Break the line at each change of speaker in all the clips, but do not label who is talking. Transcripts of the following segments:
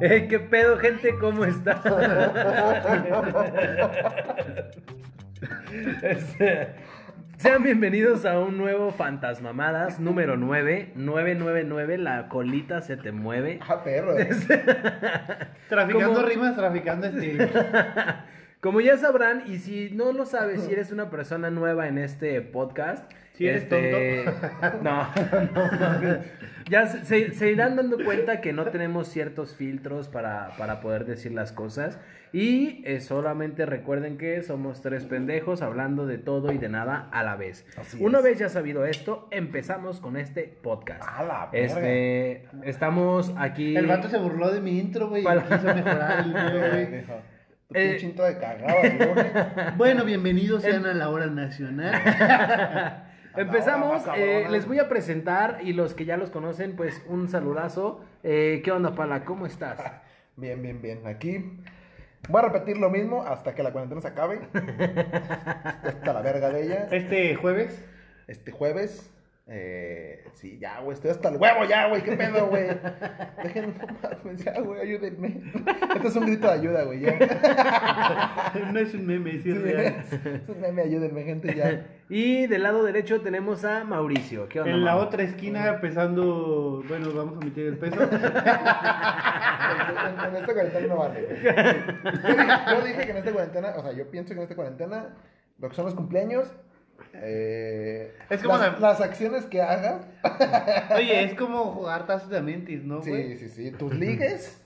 Eh, ¿Qué pedo, gente? ¿Cómo está? Este, Sean bienvenidos a un nuevo Fantasmamadas número 9, 999, la colita se te mueve.
Ah, perro. eh.
Traficando
Como-
rimas, traficando estilo.
Como ya sabrán, y si no lo sabes, si eres una persona nueva en este podcast,
Si eres
este, No, no, no. ya se, se- se irán dando cuenta que no tenemos ciertos filtros para, para poder decir las cosas. Y eh, solamente recuerden que somos tres pendejos hablando de todo y de nada a la vez.
Así
una
es.
vez ya sabido esto, empezamos con este podcast.
A la verga.
Este, estamos aquí.
El vato se burló de mi intro, güey, y
Pal-
quiso mejorar el video, güey.
Dijo, tu
Eh.
pinche intro de cagada, ¿no, güey?
Bueno, bienvenidos sean a la hora nacional. Ah,
Empezamos,
Cabrona,
eh,
cabrona.
les voy a presentar y los que ya los conocen, pues un saludazo. Eh, ¿Qué onda, Pala? ¿Cómo estás?
Bien, bien, bien. Aquí voy a repetir lo mismo hasta que la cuarentena se acabe. hasta la verga de ella.
Este jueves.
Este jueves. Eh, sí, ya, güey. Estoy hasta el huevo, ya, güey. ¿Qué pedo, güey? Déjenme, no mames, ya, güey. Ayúdenme. Este es un grito de ayuda, güey. Ya.
No es un meme, sí
Sí,
es real.
es un meme, ayúdenme, gente, ya.
Y del lado derecho tenemos a Mauricio. ¿Qué onda?
En la
Mau?
otra esquina, pesando. Bueno, vamos a meter el peso.
En, en esta cuarentena no vale. güey. Yo dije, yo dije que en esta cuarentena, o sea, yo pienso que en esta cuarentena, lo que son los cumpleaños, eh,
Es como
las,
la-
las acciones que hagas,
Oye, es como jugar tazos de mentis, ¿no,
sí,
güey?
sí, sí, tus ligues,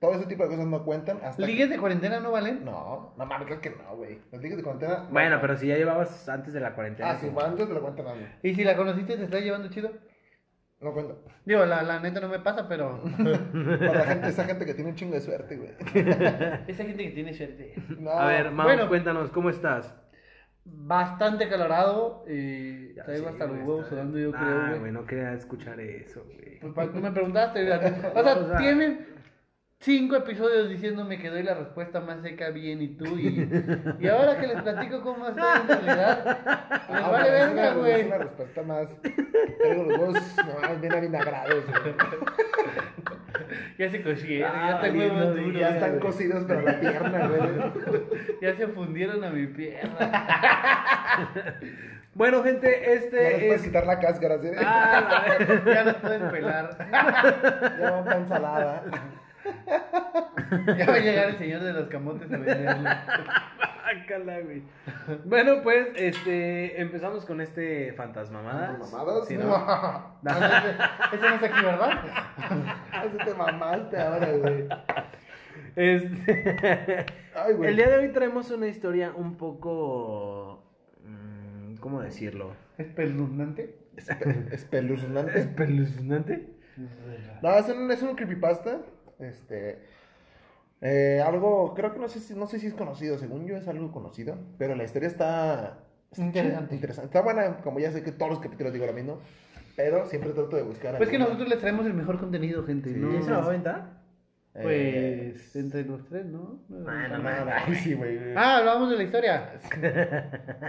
todo ese tipo de cosas no cuentan hasta que-
¿Ligues de cuarentena no valen?
No, no mames, creo que no, güey. Los ligues de cuarentena. no.
Bueno, pero si ya llevabas antes de la cuarentena.
Ah, sí, bueno, antes te lo cuentan algo.
¿Y si la conociste, te está llevando chido?
No cuento.
Digo, la, la neta no me pasa, pero.
Para la gente, esa gente que tiene un chingo de suerte, güey.
Esa gente que tiene suerte.
No.
A ver, Mau,
Bueno.
cuéntanos, ¿cómo estás?
Bastante calorado. Y
Ya,
traigo
sí,
hasta los
güey,
huevos
está-
sudando, yo
Ah,
creo, güey.
güey, no quería escuchar eso, güey.
Pues para tú me preguntaste, güey. o sea,
O sea-
tienen cinco episodios diciéndome que doy la respuesta más seca bien y tú y, y ahora que les platico cómo estoy en realidad, les
Ah,
vale
bueno, es
verga,
una- Es
güey.
una respuesta más. Tengo los dos, no mames, bien avinagrados, güey.
Ya se cosieron,
Ah,
ya tengo
valiendo
huevos
de-
duros,
Ya están
güey.
cocidos para la pierna, güey.
ya se fundieron a mi pierna.
Bueno, gente,
Ya les
este
puedes
es.
quitar la cáscara, ¿sí?
Ah, la ver-
ya no pueden pelar.
Ya van para ensalada.
Ya va a llegar el señor de los camotes a venderlo.
Guácala, güey. Bueno, pues, este, empezamos con este fantasmamadas.
¿Mamadas?
Sí, ¿no?
no.
No, no, ese, ese no está aquí, ¿verdad?
Así te mamaste ahora, güey.
Este...
Ay, güey.
El día de hoy traemos una historia un poco... mm, ¿Cómo decirlo?
Espeluznante.
Espe- Espeluznante.
¿Espeluznante?
No, es un, es un creepypasta. Este. eh, algo, creo que no sé, si, no sé si es conocido, según yo es algo conocido, pero la historia está está
Interesante.
interesante. Está buena, como ya sé que todos los capítulos digo lo mismo, pero siempre trato de buscar.
Pues que
alguna.
nosotros les traemos el mejor contenido, gente.
Sí.
¿no?
¿Y eso lo va a aventar?
Eh,
Pues entre los tres, ¿no?
Ah, no,
no, no, ay, sí, güey.
Ah, hablábamos de la historia.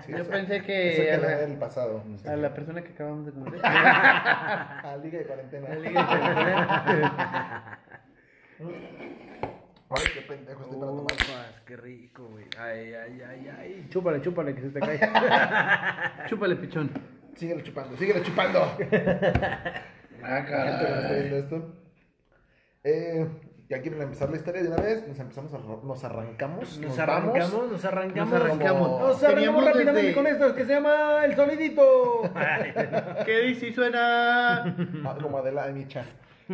Sí,
Yo
eso-
pensé
Eso
que
quedó
a
en
la,
el pasado.
a la persona que acabamos de conocer. A
A Liga de Cuarentena.
la liga de personas.
Ay, qué pendejo estoy
Oh.
para tomar.
Opas, Oh, qué rico, güey. Ay, ay, ay, ay. Chúpale, chúpale, que se te cae.
Chúpale, pichón.
Síguelo chupando, síguelo chupando.
Ah,
Gente que me está viendo esto. Eh, ya quieren empezar la historia de una vez. Nos empezamos, a ro- nos arrancamos.
Nos
vamos.
arrancamos, nos arrancamos.
Nos arrancamos.
Nos arrancamos
Teníamos
rápidamente
desde-
con esto, que se llama El Sonidito.
¿Qué dice y suena?
Ah, como Adela de Micha.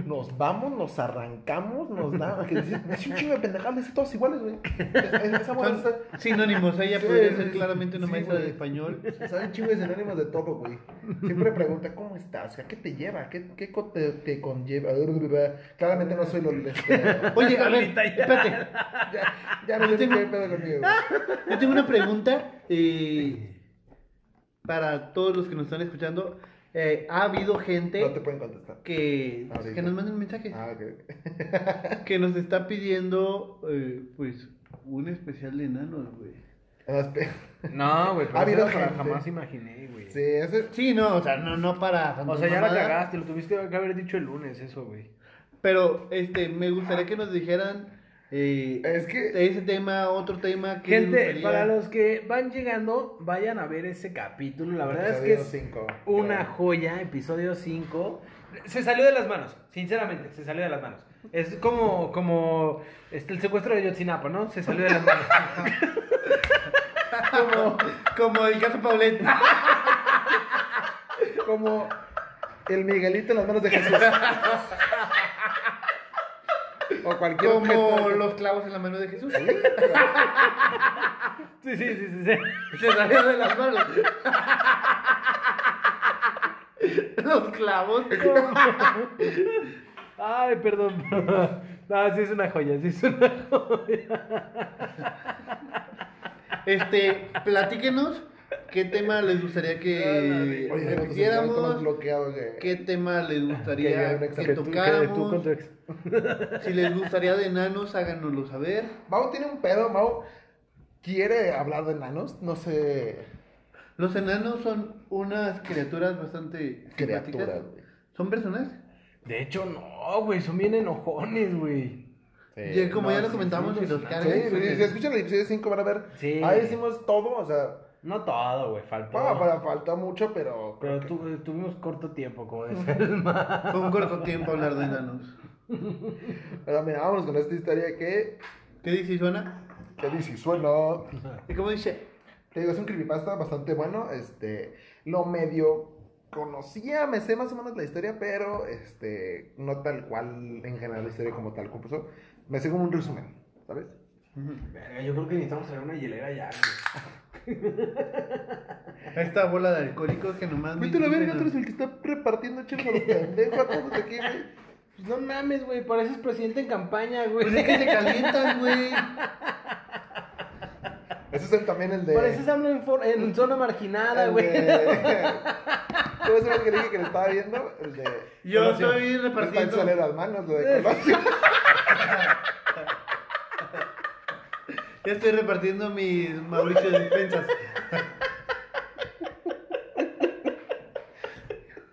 Nos vamos, nos arrancamos, nos da. Que dice, es un chingo de pendejadas, dice todos iguales, güey. Es- es- Esa morra
Son
está.
sinónimos. Ella
Sí,
podría
sí,
ser
sí.
claramente una
Sí,
maestra de
güey.
español.
Sabe un chingo de sinónimos de todo, güey. Siempre pregunta, ¿cómo estás? O sea, ¿Qué te lleva? ¿Qué, qué co- te, te conlleva? Claramente no soy lo. este,
Oye, a ver,
Ahorita ya.
espérate.
ya, ya no
Yo
sé ni qué
tengo-
pedo conmigo, güey.
Yo tengo una pregunta eh, para todos los que nos están escuchando. Eh, ha habido
No te
gente
pueden contestar.
que,
Ahorita.
que nos manden mensajes.
Ah, ok, ok.
que nos está pidiendo, eh, pues, un especial de enanos, güey.
Ah, espe-
No, güey,
Ha
pero
habido
eso jamás-
gente.
jamás imaginé, güey.
Sí, ese.
Sí, no, o sea, no, no para...
O sea, ya la
fantasmamada,
cagaste, lo tuviste que haber dicho el lunes, eso, güey.
Pero este, me gustaría que nos dijeran eh,
Es que.
de ese tema, otro tema que les
Gente,
gustaría.
para los que van llegando, vayan a ver ese capítulo. La verdad es que
Episodio
es
cinco.
una joya, episodio 5. Se salió de las manos, sinceramente, se salió de las manos. Es como, como este, el secuestro de Yotzinapa, ¿no? Se salió de las manos.
como, como el caso Paulette.
Como el Miguelito en las manos de Jesús. o cualquier
Como
objeto.
los clavos en la mano de Jesús.
Sí, sí, sí, sí. sí.
Se salió de las manos. Los clavos.
Ay, perdón. No, sí es una joya, sí es una joya.
Este, platíquenos qué tema les gustaría
Ah,
Oye,
que
Jesús, estamos
repitiéramos.
bloqueados de-
¿Qué tema les
Que ya
gustaría
un
que,
examen.
Que tú- que tú con
tocáramos?
tu ex.
Si les gustaría de enanos, háganoslo saber.
Mau tiene un pedo, Mau quiere hablar de enanos, no sé.
Los enanos son unas criaturas bastante simpáticas.
Criaturas, güey.
¿Son personas?
De hecho, no, güey, son bien enojones, güey.
Ya, como ya lo comentamos,
sí,
si
sí,
los
sí.
Eh, Sí,
cargan.
si, si escuchan el episodio 5 van a ver.
Sí.
Ahí hicimos todo, o sea,
No todo, güey, faltó.
para, para falta mucho, pero.
Pero tu- eh, tuvimos corto tiempo, como dice el ma.
Fue un corto tiempo hablar de enanos.
Pero mira, vámonos con esta historia que.
¿Qué dice Isuana?
Que dice, suena.
¿Y cómo dice?
Te digo, es un creepypasta bastante bueno. Este. Lo medio conocía, me sé más o menos la historia, pero este. No tal cual, en general, la historia como tal como pasó. Me sé como un resumen, ¿sabes?
Verga, yo creo que necesitamos traer una hielera ya, güey.
Esta bola de alcohólicos que
Ah,
nomás...
Vete a la verga, tú eres
Nosotros
el que está repartiendo chelos a los pendejos a todos aquí, güey.
Pues no mames, güey, pareces presidente en campaña, güey.
Pues es que se calientan, güey.
Ese es el- también el de.
Pareces AMLO en, for- en zona marginada,
el
güey.
de- ¿Tú ves el que dije que le estaba viendo? El de.
Yo
Colosio.
estoy
No Está en
repartiendo.
soledad las manos, lo de Colosio.
Ya estoy repartiendo mis Mauricio dispensas.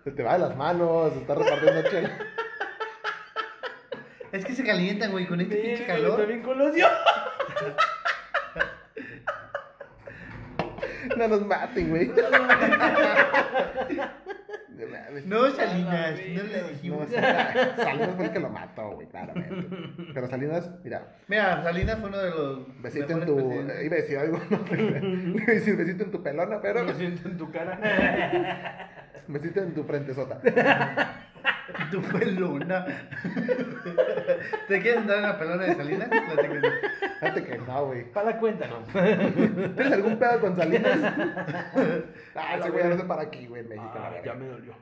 Se te va de las manos, se está repartiendo chela.
Es que se calientan, güey, con este pinche
Verga,
calor.
También Colosio.
No nos maten, güey. De mames.
No, Salinas, no le
No,
dijimos.
sí, Salinas fue el que lo mató, güey, claramente. Pero Salinas, mira,
Mira, Salinas fue uno de los.
besito en
mejores
tu.
presidentes.
eh, Iba a decir algo, no pero- Iba a decir besito en tu pelona, pero.
Lo siento en tu cara.
Besito en tu frente sota.
Tu pelona. ¿Te quieres entrar en la pelona de Salinas? Platícanos.
Fíjate que no, güey.
Para cuéntanos.
¿Tienes algún pedo con Salinas? Ah, ese güey ya no sé para aquí, güey, en México. la
Ah,
verga.
ya me dolió.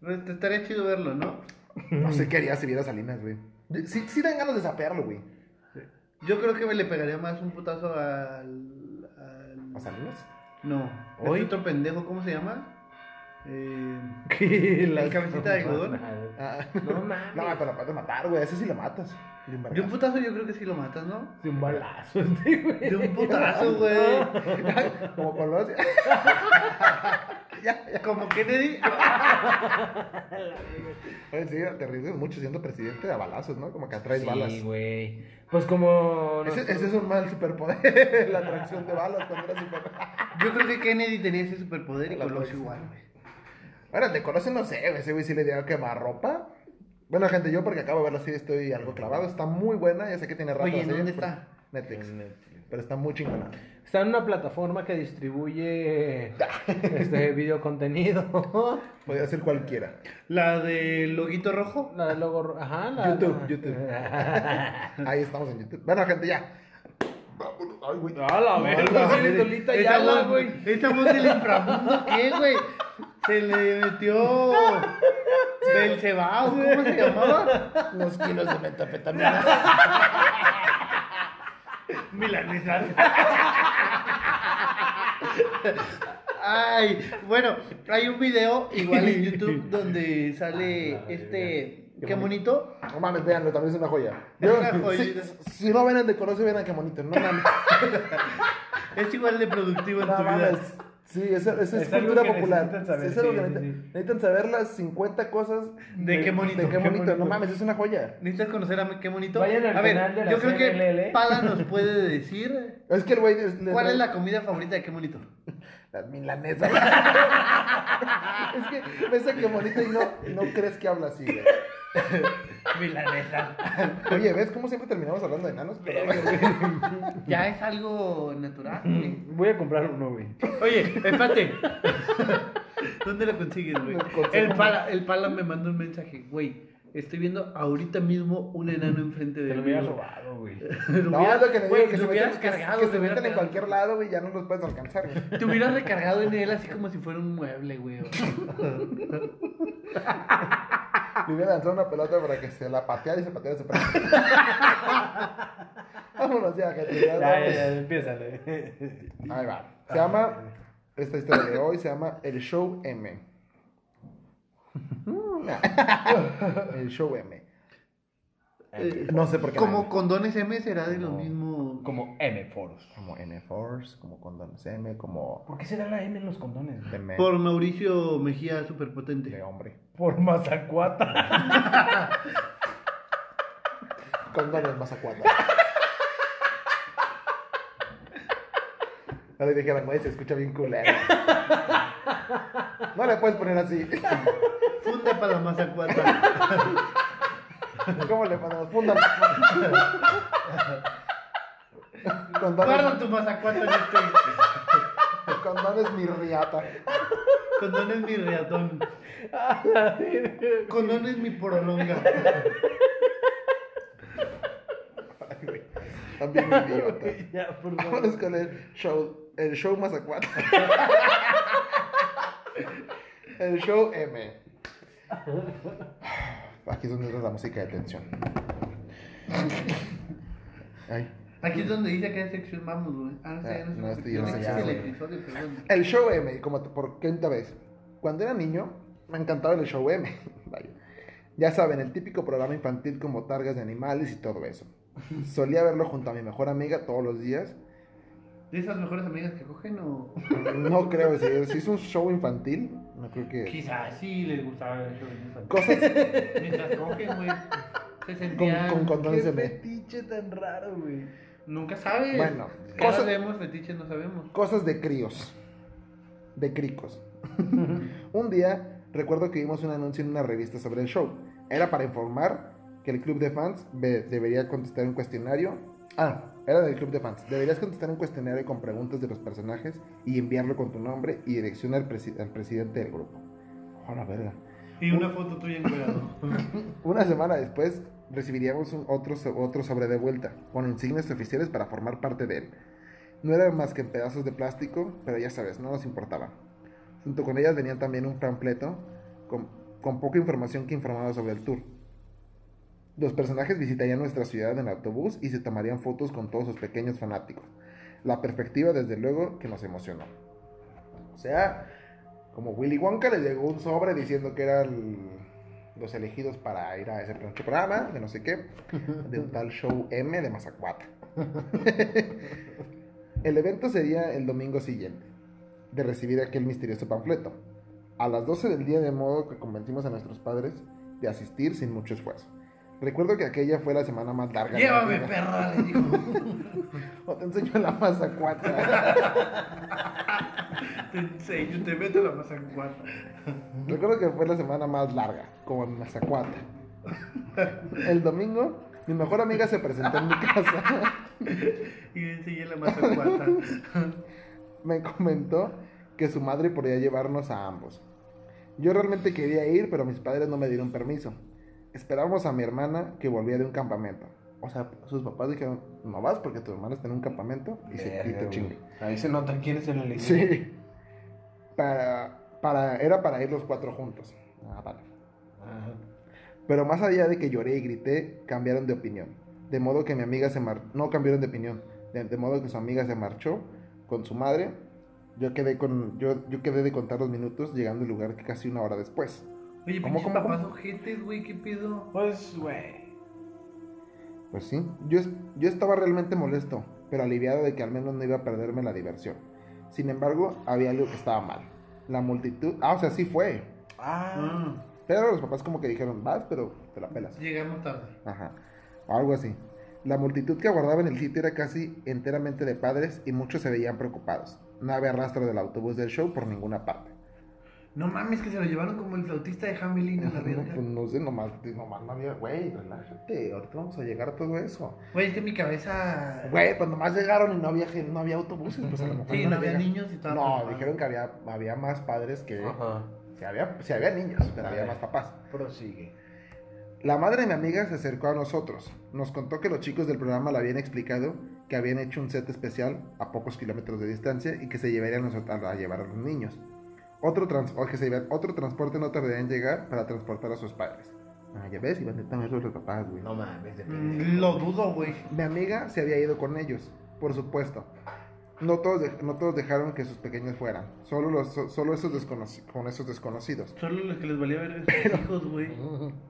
Pues, te Estaría chido verlo, ¿no?
No sé qué haría si viera Salinas, güey. Sí, sí dan ganas de sapearlo, güey.
Yo creo que me le pegaría más un putazo al. al-
¿A Salinas?
No.
¿Hoy?
¿Hoy? otro pendejo, ¿cómo se llama? Eh,
La
cabecita de algodón?
Ah.
No mames.
No, pero lo puedes matar, güey. Ese sí lo matas. De un
de un
vergazo.
putazo yo creo que sí lo matas, ¿no?
De un balazo, este, güey.
De un putazo, güey.
Como Colosio. ya, ya.
Como Kennedy.
Oye, sí, te ríes mucho siendo presidente de balazos, ¿no? Como que atraes balas.
Sí, güey. Pues como.
Ese, ese es un mal superpoder, la atracción de balas cuando era super...
Yo creo que Kennedy tenía ese superpoder y
La
Colosio
próxima.
igual, güey.
Bueno, el de Colosio no sé, güey, ese güey sí le dio quemarropa. Bueno, gente, yo porque acabo de verla así estoy algo clavado. Está muy buena, ya sé que tiene rato.
Oye,
la serie,
¿dónde
pero-
está?
Netflix. Pero está muy chingona.
Está en una plataforma que distribuye este video contenido.
Podría ser cualquiera.
La del loguito rojo.
La de logo, ajá, la-
YouTube, YouTube. Ahí estamos en YouTube. Bueno, gente, ya. Vámonos. Ay, güey.
A la verga,
Hola,
sí le dolí
Esa
Tayala,
voz-
güey.
Esa voz del inframundo, ¿qué, güey? Se le metió. Belcebao, ¿cómo se llamaba?
Unos kilos de metafetamina.
Milanesa. Ay, bueno, hay un video igual en YouTube donde sale este. Qué bonito.
No mames, véanlo, también es una joya.
Es
Yo-
una
si-
joyita.
Si, no ven el de Colosio, vean a qué bonito. No mames.
Es igual de productivo en
No
tu vida.
mames. Sí, esa, esa es,
Es algo
cultura
que
popular.
necesitan saber,
Eso es lo
sí,
que
sí,
necesitan,
sí.
necesitan saber las 50 cosas
De qué bonito,
De qué
qué
bonito. No
bonito.
mames, es una joya.
¿Necesitas conocer a qué bonito?
Vayan al
a ver,
canal de la
yo creo que
CLL.
Pala nos puede decir
Es que el güey. es- le-
cuál es la comida favorita de qué bonito.
Las milanesas. es que ves a qué bonito y no, y no crees que habla así, güey.
Milanesa.
Oye, ¿ves cómo siempre terminamos hablando de enanos?
Eh,
Pero-
Ya es algo natural. güey.
Mm,
Voy a comprar uno, güey.
Oye, espérate. ¿Dónde lo consigues, güey?
Los consejos.
El pala, el pala me mandó un mensaje, güey. Estoy viendo ahorita mismo un enano enfrente de
Te lo
mí.
hubieras
güey.
robado, güey.
Lo
No,
hubiera-
es lo que le digo,
güey,
que
lo
se
hubieras
meten, que-
cargado,
que
te
se
hubieras
meten en
pegado.
cualquier lado, güey, ya no los puedes alcanzar, güey.
Te hubieras recargado en él así como si fuera un mueble, güey.
Le hubiera lanzado una pelota para que se la pateara y se pateara su pelota. Vámonos ya, gente. ya,
Ya, ya,
vámonos.
ya, empieza. güey.
Ahí va. Se llama, esta historia de hoy se llama El Show M. El Show M.
Eh,
No sé por qué.
Como condones M será de lo
No.
mismo.
Como M foros.
Como N-Force, como condones M, como
¿Por qué se da la M en los condones? güey?
de men,
Por Mauricio Mejía, superpotente.
de hombre.
Por Mazacuata.
Condones más a cuatro. No le dije a la güey, se escucha bien culero. No le puedes poner así.
Funda para la masa cuarta.
¿Cómo le ponemos? Funda. Condones,
Guarda tu masa cuarta en este.
condones mi riata.
Condones mi reatón. Condones mi prolonga.
También mi idiota.
ya, por favor.
Vámonos con el show, el show Mazacuata. el show M. Aquí es donde entra la música de tensión. Ay.
Aquí es donde dice que es sección vamos, güey. Ah, no,
Ah,
sé,
no,
no,
estoy yo,
no,
ya,
el
güey.
episodio, perdón.
El show M, como t- por quinta vez. Cuando era niño, me encantaba el show M. Vaya. Ya saben, el típico programa infantil como targas de animales y todo eso. Solía verlo junto a mi mejor amiga todos los días.
¿De esas mejores amigas que cogen o.?
No creo, si, si es un show infantil, no creo que...
Quizás sí les gustaba eso.
Cosas
Mientras cogen, güey. Se
con,
sentían.
con condones
Qué
M.
fetiche tan raro, güey.
Nunca sabes.
Bueno,
¿Qué
cosa-
sabemos, fetiches? No sabemos.
Cosas de críos. De cricos. un día, recuerdo que vimos un anuncio en una revista sobre el show. Era para informar que el club de fans be- debería contestar un cuestionario. Ah, era del club de fans. Deberías contestar un cuestionario con preguntas de los personajes y enviarlo con tu nombre y dirección al, presi- al presidente del grupo. Oh, la verga.
Y una foto tuya encuadrado.
Una semana después recibiríamos un- otro, so- otro sobre de vuelta, con insignias oficiales para formar parte de él. No eran más que pedazos de plástico, pero ya sabes, no nos importaba. Junto con ellas venían también un panfleto con, con poca información que informaba sobre el tour. Los personajes visitarían nuestra ciudad en autobús y se tomarían fotos con todos sus pequeños fanáticos. La perspectiva, desde luego, que nos emocionó. O sea, como Willy Wonka le llegó un sobre diciendo que eran los elegidos para ir a ese pinche programa, de no sé qué, de un tal show M de Mazacuata. el evento sería el domingo siguiente, de recibir aquel misterioso panfleto. A las 12 del día, de modo que convencimos a nuestros padres de asistir sin mucho esfuerzo. Recuerdo que aquella fue la semana más larga. de mi
Llévame,
vida.
perra, le digo.
O te enseño la Mazacuata.
Te enseño, te meto la masa en cuatro.
Recuerdo que fue la semana más larga, como en Mazacuata. El domingo, mi mejor amiga se presentó en mi casa.
Y le enseñé la masa en cuatro.
Me comentó que su madre podía llevarnos a ambos. Yo realmente quería ir, pero mis padres no me dieron permiso. Esperábamos a mi hermana que volvía de un campamento. O sea, sus papás dijeron, no vas porque tu hermana está en un campamento y se y te chingue.
Ahí se nota quién es el elegido.
Sí. Para, para, era para ir los cuatro juntos. Ah, vale.
Ajá.
Pero más allá de que lloré y grité, cambiaron de opinión. De modo que mi amiga se marchó. No cambiaron de opinión. De, de modo que su amiga se marchó con su madre. Yo quedé, con, yo, yo quedé de contar los minutos llegando al lugar que casi una hora después.
Oye,
¿Cómo,
pinches
cómo,
papás ojetes, güey, qué pedo.
Pues, güey.
Pues sí, yo, es- yo estaba realmente molesto, pero aliviado de que al menos no iba a perderme la diversión. Sin embargo, había algo que estaba mal. La multitud, ah, o sea, sí fue.
Ah.
Mm. Pero los papás como que dijeron, vas, pero te la pelas.
Llegamos tarde.
Ajá. O algo así. La multitud que aguardaba en el sitio era casi enteramente de padres y muchos se veían preocupados. No había rastro del autobús del show por ninguna parte.
No mames, que se lo llevaron como el flautista de Hamelin a la verga.
Pues no sé, nomás, nomás no había, güey, relájate, ahorita vamos a llegar a todo eso.
Güey, es que mi cabeza.
Güey, pues nomás llegaron y no había, gen- no había autobuses, pues a lo mejor
Sí, no había
llega-
niños y estaba
No,
preocupado.
dijeron que había, había más padres que...
Ajá.
Si había, sí había niños, pero
A
había
ver.
más papás.
Prosigue.
La madre de mi amiga se acercó a nosotros. Nos contó que los chicos del programa le habían explicado que habían hecho un set especial a pocos kilómetros de distancia y que se llevarían los- a, a llevar a los niños. Otro, trans- o que se llevar- otro transporte no tardaría en llegar para transportar a sus padres. Ah, ya ves, iban a estar esos los papás, güey.
No mames, depende.
Mm, Lo dudo, güey.
Mi amiga se había ido con ellos, por supuesto. No todos, de- no todos dejaron que sus pequeños fueran, solo, los, so- solo esos desconoci- con esos desconocidos.
Solo los que les valía ver a sus hijos, güey.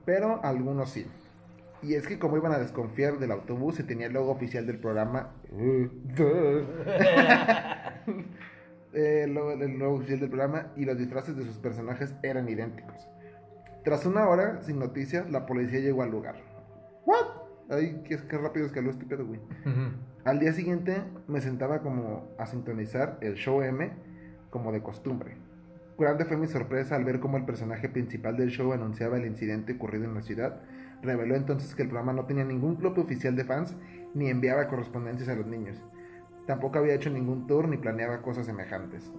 pero algunos sí. Y es que como iban a desconfiar del autobús y tenía el logo oficial del programa, Eh, el, logo, el logo oficial del programa y los disfraces de sus personajes eran idénticos. Tras una hora sin noticias, la policía llegó al lugar. ¿What? Ay, qué, qué rápido escaló este pedo, güey. Al día siguiente me sentaba como a sintonizar el show M como de costumbre. Grande fue mi sorpresa al ver cómo el personaje principal del show anunciaba el incidente ocurrido en la ciudad. Reveló entonces que el programa no tenía ningún club oficial de fans ni enviaba correspondencias a los niños. Tampoco había hecho ningún tour ni planeaba cosas semejantes.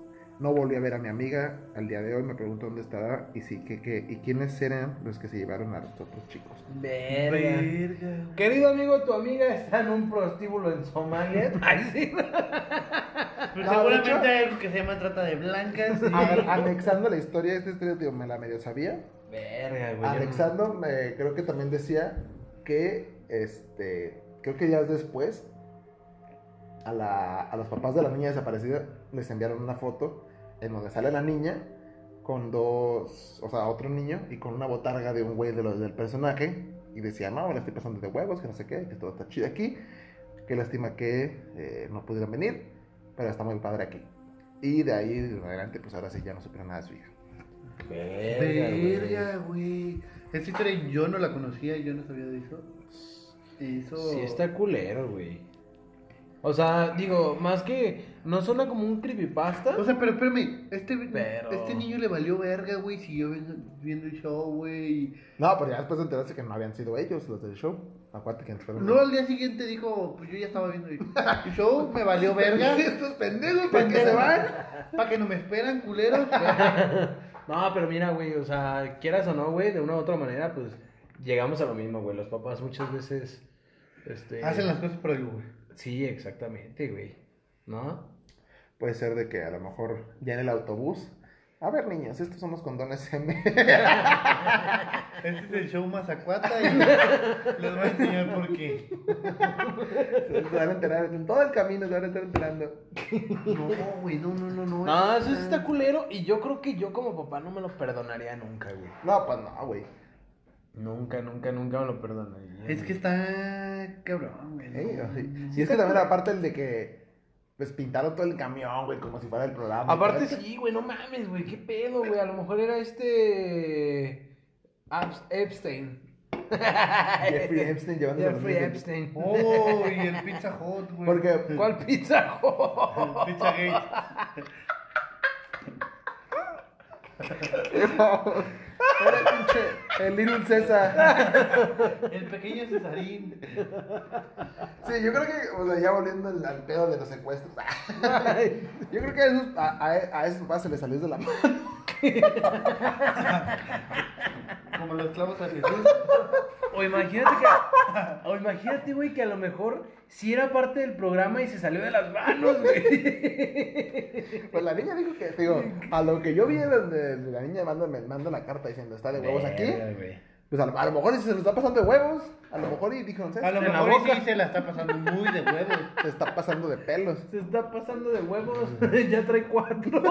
No volví a ver a mi amiga al día de hoy, me pregunto dónde estaba y sí, que, que- y quiénes eran los que se llevaron a los otros chicos.
Verga.
Verga.
Querido amigo, tu amiga está en un prostíbulo en Somalia. Ay, sí.
Pero
No,
seguramente
Ah, de hecho- Ah,
hay algo que se llama trata de blancas. y-
A ver, anexando la historia, este estudio digo, me la medio sabía,
Verga, güey.
Alexander me- creo que también decía que este creo que ya después a, la- a los papás de la niña desaparecida les enviaron una foto en donde sale la niña con dos, o sea, otro niño y con una botarga de un güey de los del personaje y decía, no, me la estoy pasando de huevos, que no sé qué, que todo está chido aquí, qué lástima que eh, no pudieron venir, pero está muy padre aquí. Y de ahí en adelante, pues ahora sí ya no supieron nada de su hija.
Verga, güey.
Verga, güey. Esta historia yo no la conocía, yo no sabía de eso. Eso.
Sí, está culero, güey. O sea, digo, más que. No suena como un creepypasta.
O sea, pero espérame, este,
Pero-
este niño le valió verga, güey, siguió viendo, viendo el show, güey.
No, pero ya después de enterarse que no habían sido ellos los del show. Acuérdate que fueron.
No, al día siguiente dijo, pues yo ya estaba viendo el el show, me valió verga.
Estos pendejos,
¿Para
¿para
que
qué
se
se van?
van? ¿Para que no me esperan, culeros?
No, pero mira, güey, o sea, quieras o no, güey, de una u otra manera, pues llegamos a lo mismo, güey. Los papás muchas veces. Este...
Hacen las cosas por algo, güey.
Sí, exactamente, güey. ¿No?
Puede ser de que a lo mejor ya en el autobús. A ver, niños, estos son los condones M.
Este es el show Mazacuata y les voy a enseñar por qué.
se van a enterar en todo el camino, se van a estar enterando.
No, güey, no, no, no, no.
No, eso sí está culero. Y yo creo que yo como papá no me lo perdonaría nunca, güey.
No, pues no, güey.
Nunca, nunca, nunca me lo perdonaría.
Es que está cabrón, güey. no.
Ey, así. Y es que también, aparte, el de que. Pues pintaron todo el camión, güey, como si fuera el programa.
Aparte
sí.
sí, güey, no mames, güey, qué pedo, güey. A lo mejor era este Abs- Epstein.
Jeffrey Epstein llevando a los
Jeffrey
niños.
Epstein.
Oh, y el Pizza Hot, güey.
Porque.
¿Cuál pizza?
El Pizza Gate.
Era el pinche. El Little César.
El pequeño Cesarín.
Sí, yo creo que, o sea, ya volviendo al, al pedo de los secuestros. yo creo que a esos, a, a, a esos papás se les salió de la mano.
Como los clavos a Jesús.
O imagínate que o imagínate, güey, que a lo mejor sí era parte del programa y se salió de las manos, güey.
Pues la niña dijo que, digo, a lo que yo vi de, de- de la niña manda, me manda la carta diciendo, está de huevos aquí. Pues a lo, a lo mejor y se les está pasando de huevos. A lo mejor y dijeron,
A
"¿Sabes
lo
En la
mejor y
boca.
sí se la está pasando muy de huevos.
qué? Se está pasando de pelos.
Se está pasando de huevos, ya trae cuatro.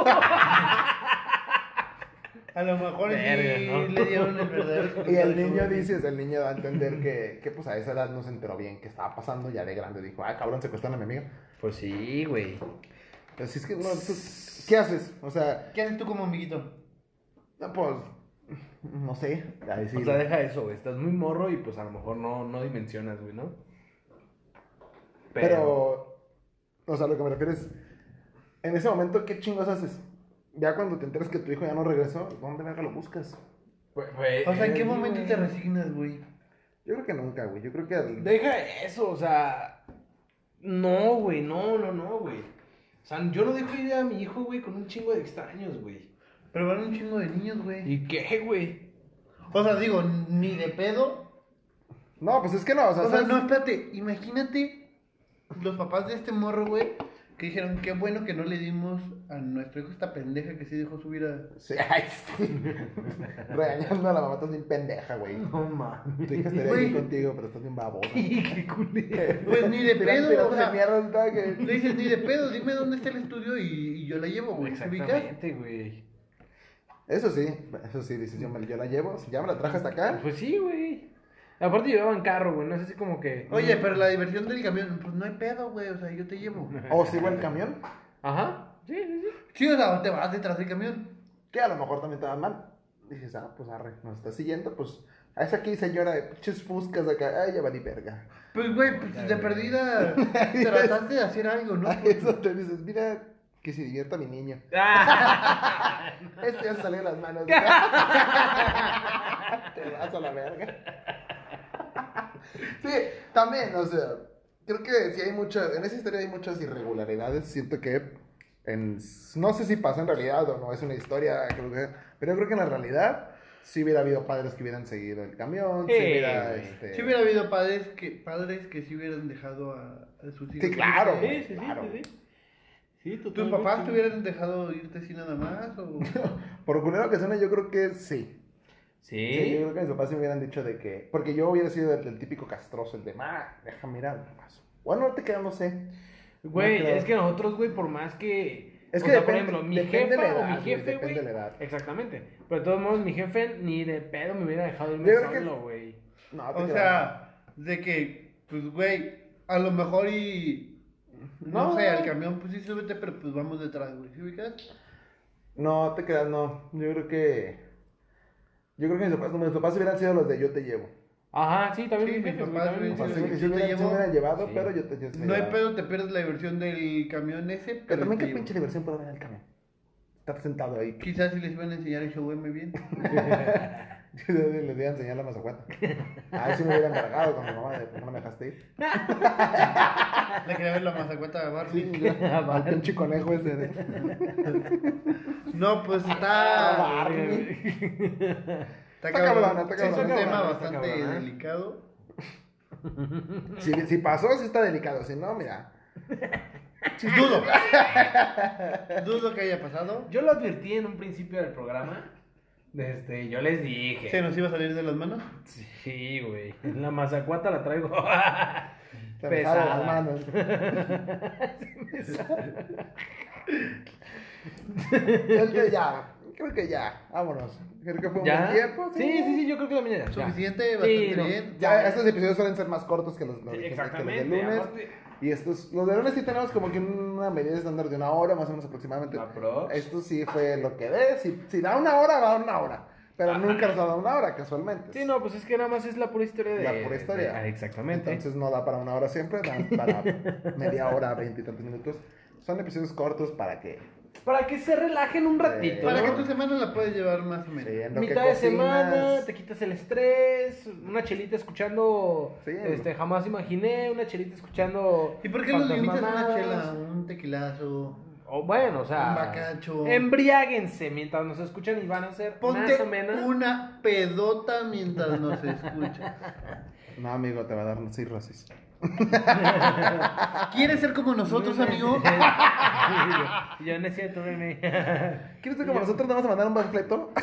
A lo mejor y sí
Verga, ¿no?
le dieron el verdadero.
Y el niño dice, el niño da a entender que, que pues a esa edad no se enteró bien que estaba pasando ya de grande. Dijo, ah, cabrón, secuestran a mi amiga.
Pues sí, güey.
Así es que, no, tú- ¿qué haces? O sea,
¿Qué haces tú como amiguito?
no, pues, no sé. A decir,
O sea, deja eso, güey. Estás muy morro y pues a lo mejor no, no dimensionas, güey, ¿no?
Pero, o sea, lo que me refiero es, en ese momento, ¿qué chingos haces? Ya cuando te enteras que tu hijo ya no regresó, ¿dónde verga lo buscas?
Güey, güey,
O sea, ¿en qué
sí,
momento
Eh, güey.
te resignas, güey?
Yo creo que nunca, güey. Yo creo que al-
Deja eso, o sea. No, güey, no, no, no, güey. O sea, yo no dejo ir a mi hijo, güey, con un chingo de extraños, güey.
Pero van un chingo de niños, güey.
¿Y qué, güey?
O sea, digo, ni de pedo.
No, pues es que no, o sea,
O sea,
¿sabes?
no, espérate, imagínate los papás de este morro, güey, que dijeron, qué bueno que no le dimos a nuestro hijo esta pendeja que sí dejó subir a...
Sí, ay, sí. Regañando a la mamá, estás bien pendeja, güey.
No mames.
Tu hija estaría bien
Güey.
contigo, pero estás bien babosa.
qué culero.
Pues ni de
Tiran-
pedo, o
tirándote
sea,
mierda, ¿sabes? Que-
le dices, ni de pedo, dime dónde está el estudio y, y yo la llevo, güey, ¿te ubicas?
Exactamente, güey.
Eso sí, eso sí, dices, yo, me- yo la llevo, si ya me la traje hasta acá.
Pues sí, güey. Aparte llevaban carro, güey, no es así como que...
Oye, pero la diversión del camión, pues no hay pedo, güey, o sea, yo te llevo.
O sigo el camión,
Ajá. Sí, sí, sí.
Sí, o sea, te vas detrás del camión.
que a lo mejor también te va mal. Dices, ah, pues arre, nos está siguiendo, pues. A esa aquí señora de pinches fuscas acá, ay, ya valí verga.
Pues, güey, pues, de perdida trataste de hacer algo, ¿no?
A eso te dices, mira, que se divierta mi niño. Este ya se salió de las manos. te vas a la verga. sí, también, o sea, creo que sí hay muchas, en esa historia hay muchas irregularidades. Siento que, en, no sé si pasa en realidad o no, es una historia, creo que- pero yo creo que en la realidad sí hubiera habido padres que hubieran seguido el camión, sí
Eh,
hubiera,
güey.
este...
Si hubiera habido padres que, padres que sí hubieran dejado a, a sus hijos.
Sí, claro.
Sí, sí, sí,
Claro.
sí, sí. Sí,
¿Tus
totalmente.
papás te hubieran dejado irte así nada más? O...
Por culero que suene, yo creo que sí. Sí, yo
Sí.
creo que mis papás sí me hubieran dicho de que. Porque yo hubiera sido el, el típico castroso, el de, ma, deja mirar. nomás". Bueno, no te quedas, no sé.
Güey,
No creo.
es que nosotros, güey, por más que...
Es
o
que
sea,
depende-
por ejemplo, mi
depende
jefa
la edad,
o mi
güey,
jefe,
depende
güey.
la edad.
Exactamente. Pero de todos modos, mi jefe ni de pedo me hubiera dejado irme
Yo creo que-
solo, güey.
No, te
O
quedas,
sea, de que, pues, güey, a lo mejor y... No,
No.
sé, al camión, pues sí, súbete, pero pues vamos detrás, güey. ¿Sí ubicas?
no. No, te quedas, no. Yo creo que. Yo creo que mis papás, mis papás hubieran sido los de yo te llevo.
Ajá, sí, también
Sí,
mis
mis
jefes, güey,
papás,
también
O
güey,
mis
sea,
Sí,
sí,
jefes.
sí
güey, yo te
hubieran, sí
llevo.
me hubieran llevado,
Sí.
pero yo te, yo te
No hay
llevaba.
pedo, te pierdes la diversión del camión ese, pero...
Pero también,
te
¿qué
llevo.
pinche diversión puede haber en el camión? Estar sentado ahí.
Quizás si les iban a enseñar el show M bien.
Les voy a enseñar la mazacuata. Ahí sí me hubieran cargado con mi mamá de por qué no me dejaste ir.
Le quería ver la mazacuata de Barbie.
Sí, yo, al pinche conejo ese de.
No, pues está...
Ah, Barbie.
Está
Está
cabrón.
cabrona, está
Es un
cabrona,
tema
está
bastante
cabrona, ¿eh?
delicado.
Si, si pasó, sí está delicado. Si no, mira.
Dudo. Dudo que haya pasado.
Yo lo advertí en un principio del programa. Este, yo les dije.
Se nos iba a salir de las manos.
Sí, güey. La mazacuata la traigo.
Te besaron las
Pesada.
manos. Creo que ya. Creo que ya. Vámonos. Creo que fue un
¿Ya?
buen tiempo.
Sí, sí, sí, yo creo que también era. ya.
Suficiente,
Sí,
bastante
no.
bien.
Ya, estos episodios suelen ser más cortos que los, los-
Sí,
que- que los
Exactamente.
del lunes.
aparte-
Y estos, los de lunes sí tenemos como que una medida estándar de una hora, más o menos aproximadamente.
Aprox.
Esto sí fue lo que ve. Si, si da una hora, va una hora. Pero nunca nos ha dado una hora, casualmente.
Sí, no, pues es que nada más es la pura historia de.
La pura historia.
de- ah, exactamente.
Entonces no da para una hora siempre, da para media hora, veintitantos minutos. Son episodios cortos para que
para que se relajen un ratito.
Sí.
Para
¿no?
que tu semana la puedes llevar más o menos.
sí, en lo
Mitad
que
de semana,
cocinas.
te quitas el estrés, una chelita escuchando.
Sí,
este, jamás imaginé, una chelita escuchando.
¿Y por qué los
cuantas
limitas a una
mamadas.
chela, un tequilazo?
O bueno, o sea.
Un bacacho.
Embriáguense mientras nos escuchan y van a hacer
Ponte
más o menos.
una pedota mientras nos escuchas.
No, amigo, te va a dar cirrosis.
¿Quieres ser como nosotros, amigo?
Yo no es cierto, nene.
¿Quieres ser como nosotros? Te vamos a mandar un panfleto.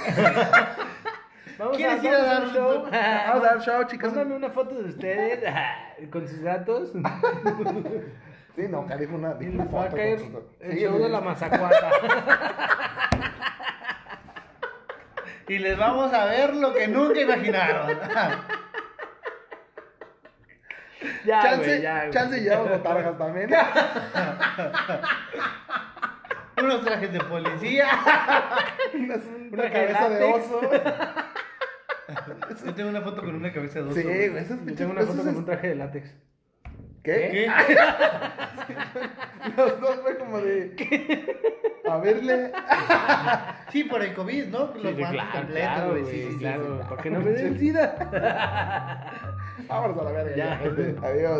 Vamos
¿Quieres ir
vamos
a dar
un show?
un-
Vamos a dar show, chicas.
Mándame una foto de ustedes ah, con sus datos.
Sí, no, acá dijo una,
Y
dijo una
les va a
foto.
caer
con sus-
el
Sí,
show
sí.
de la mazacuata.
Y les vamos a ver lo que nunca imaginaron.
Ya,
Chance,
güey, ya, güey.
chance y llevamos botargas también.
unos trajes de policía.
Una, una
Una
cabeza de
látex.
oso.
Yo tengo una foto con una cabeza de oso.
Sí, güey. Esas
Yo
pinches-
tengo una foto
esos
con
es-
un traje de látex.
¿Qué?
¿Qué?
Los dos fue como de. A verle.
Sí, por el COVID, ¿no? Los guantes completos, güey. Sí, sí, sí, sí.
¿Para que no me dé el sida?
Vámonos a la verga.
Ya.
ya, gente. Adiós.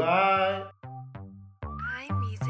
Bye.
iMusic